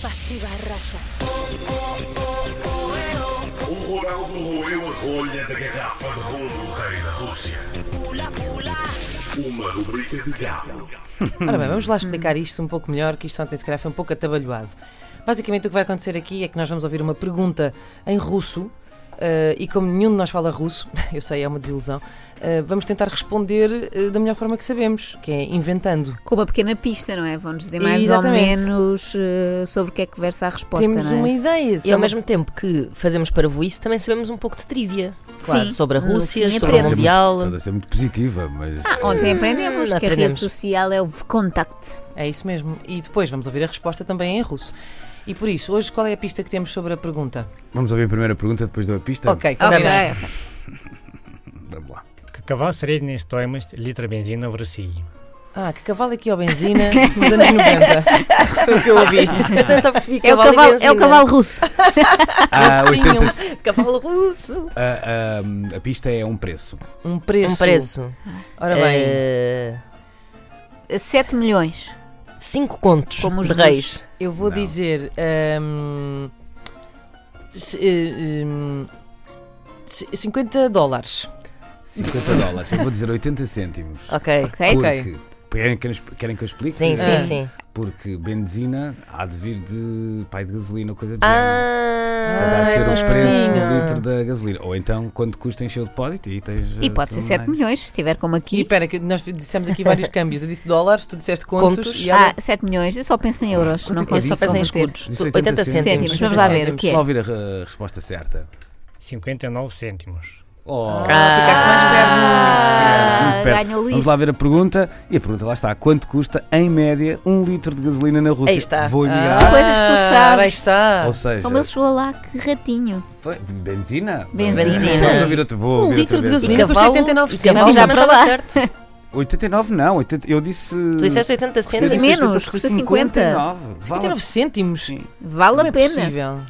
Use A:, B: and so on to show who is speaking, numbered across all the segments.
A: Passiva racha.
B: O Ronaldo roeu a rolha da garrafa de rum do rei da Rússia.
A: Pula, pula.
B: Uma rubrica de galo.
C: Ora bem, vamos lá explicar isto um pouco melhor, que isto ontem se calhar foi um pouco atabalhoado. Basicamente o que vai acontecer aqui é que nós vamos ouvir uma pergunta em russo, eh, e como nenhum de nós fala russo, eu sei, é uma desilusão, eh, vamos tentar responder eh, da melhor forma que sabemos, que é inventando.
D: Com uma pequena pista, não é? Vão-nos dizer mais
C: Exatamente.
D: ou menos eh, sobre o que é que versa a resposta,
C: Temos
D: não é?
C: uma ideia. se
E: E
C: é
E: ao
C: uma-
E: mesmo tempo que fazemos para voice, também sabemos um pouco de trivia. Claro,
D: Sim. é
E: sobre a
D: No
E: Rússia,
D: fim,
E: sobre o
D: aprendemos.
E: Mundial.
F: Portanto, deve ser muito positiva, mas. eh,
D: Ah, ontem aprendemos
E: Hum,
D: que a rede
E: aprendemos.
D: social é o contacto.
C: É isso mesmo. E depois vamos ouvir a resposta também em russo. E por isso, hoje qual é a pista que temos sobre a pergunta?
F: Vamos ouvir a primeira pergunta, depois dou a pista.
C: Ok,
D: Ok,
C: combinado.
D: ok.
F: Vamos lá.
G: Какова средняя стоимость литра бензина в России?
C: Ah, que cavalo aqui ao benzina dos anos 90. Foi o que eu ouvi.
E: Até só percebi que
D: É o
E: cavalo e
D: cavalo, é
E: benzina.
D: o cavalo russo.
F: Ah,
D: um.
F: 80.
E: Cavalo russo.
F: Ah, ah, a pista é um preço.
C: Um preço.
E: Um preço. Eh,
C: Ora bem,
D: 7 milhões.
E: 5 contos
D: Como os
E: de reis.
C: eu vou
F: não.
C: dizer. ahm, se- eh, hum, c- 50 dólares.
F: 50 dólares. Eu vou dizer 80 cêntimos.
E: Ok.
D: Ok?
F: Porque. Querem que, eu exp- querem que eu explique?
E: Sim,
C: Ah.
E: sim, sim.
F: Porque benzina há de vir de pai de gasolina ou coisa do género. Portanto, há
E: Ah,
F: de ser os
C: então
F: preços
C: tinha.
F: do litro da gasolina. Ou então, quanto custa encher o depósito e tens.
D: E
F: ah,
D: pode ser
F: tudo
D: 7
F: mais.
D: milhões, se tiver como
C: E
D: aqui.
C: espera, que nós dissemos aqui vários câmbios. Eu disse dólares, tu disseste contos.
E: Contos.
C: E ela...
D: Ah, 7 milhões, eu só penso em euros.
F: Quanto
D: Não
F: é que é
E: Eu
D: consigo
F: disso?
E: só penso em
D: converter.
E: escudos.
F: Disse
E: 80
D: Cêntimos,
E: cêntimos.
D: vamos lá ver o que é.
F: Vamos lá ouvir a re- resposta certa.
G: 59 cêntimos.
F: Oh.
C: Ah, ficaste mais perto.
D: Ah,
F: Muito perto.
D: ganha o Luís.
F: Vamos lá ver a pergunta. E a pergunta lá está: quanto custa, em média, um litro de gasolina na Rússia?
E: Aí está.
F: Vou
C: Ah,
F: emigrar.
D: coisas que tu sabes.
C: Aí está.
F: Ou seja,
D: Como ele chegou lá, que ratinho.
F: foi benzina?
D: Benzina.
E: Benzina.
F: Vamos ouvir outro voo.
C: Um litro de
E: E
C: gasolina. Custa 89
E: e
C: cêntimos.
E: cavalo
D: Vamos já
E: também
D: para
E: dá
D: lá.
E: certo.
F: 89 não, 80, eu disse.
E: Tu disseste 80
F: eu disse
E: cêntimos.
D: menos,
F: 80,
D: custa 50.
F: 59. Vale.
C: 59 cêntimos?
F: Sim.
C: Como
D: Vale
C: é
D: a pena.
C: possível?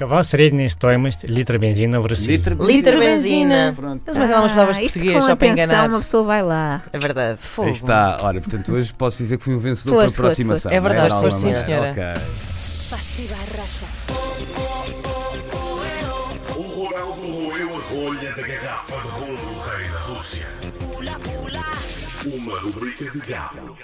G: Какова средняя стоимость литра бензina в России?
F: Litro de
E: Litro de
C: benzina.
E: benzina.
F: Pronto.
C: Eles metem lá umas palavras de
D: Ah, isto
C: português
D: com
C: só para
D: atenção,
C: enganar.
D: uma pessoa vai lá.
E: É verdade.
C: Fogo.
F: Aí está, olha, portanto, hoje posso dizer que fui um vencedor
D: Foste,
F: por
D: foste,
F: aproximação.
C: foste. É
F: não
C: verdade,
F: De alguma
C: foste, sim,
F: maneira. Ok.
A: Passiva racha.
B: O Ronaldo roeu a rolha da garrafa de rum do rei da Rússia. Uma rubrica de galo.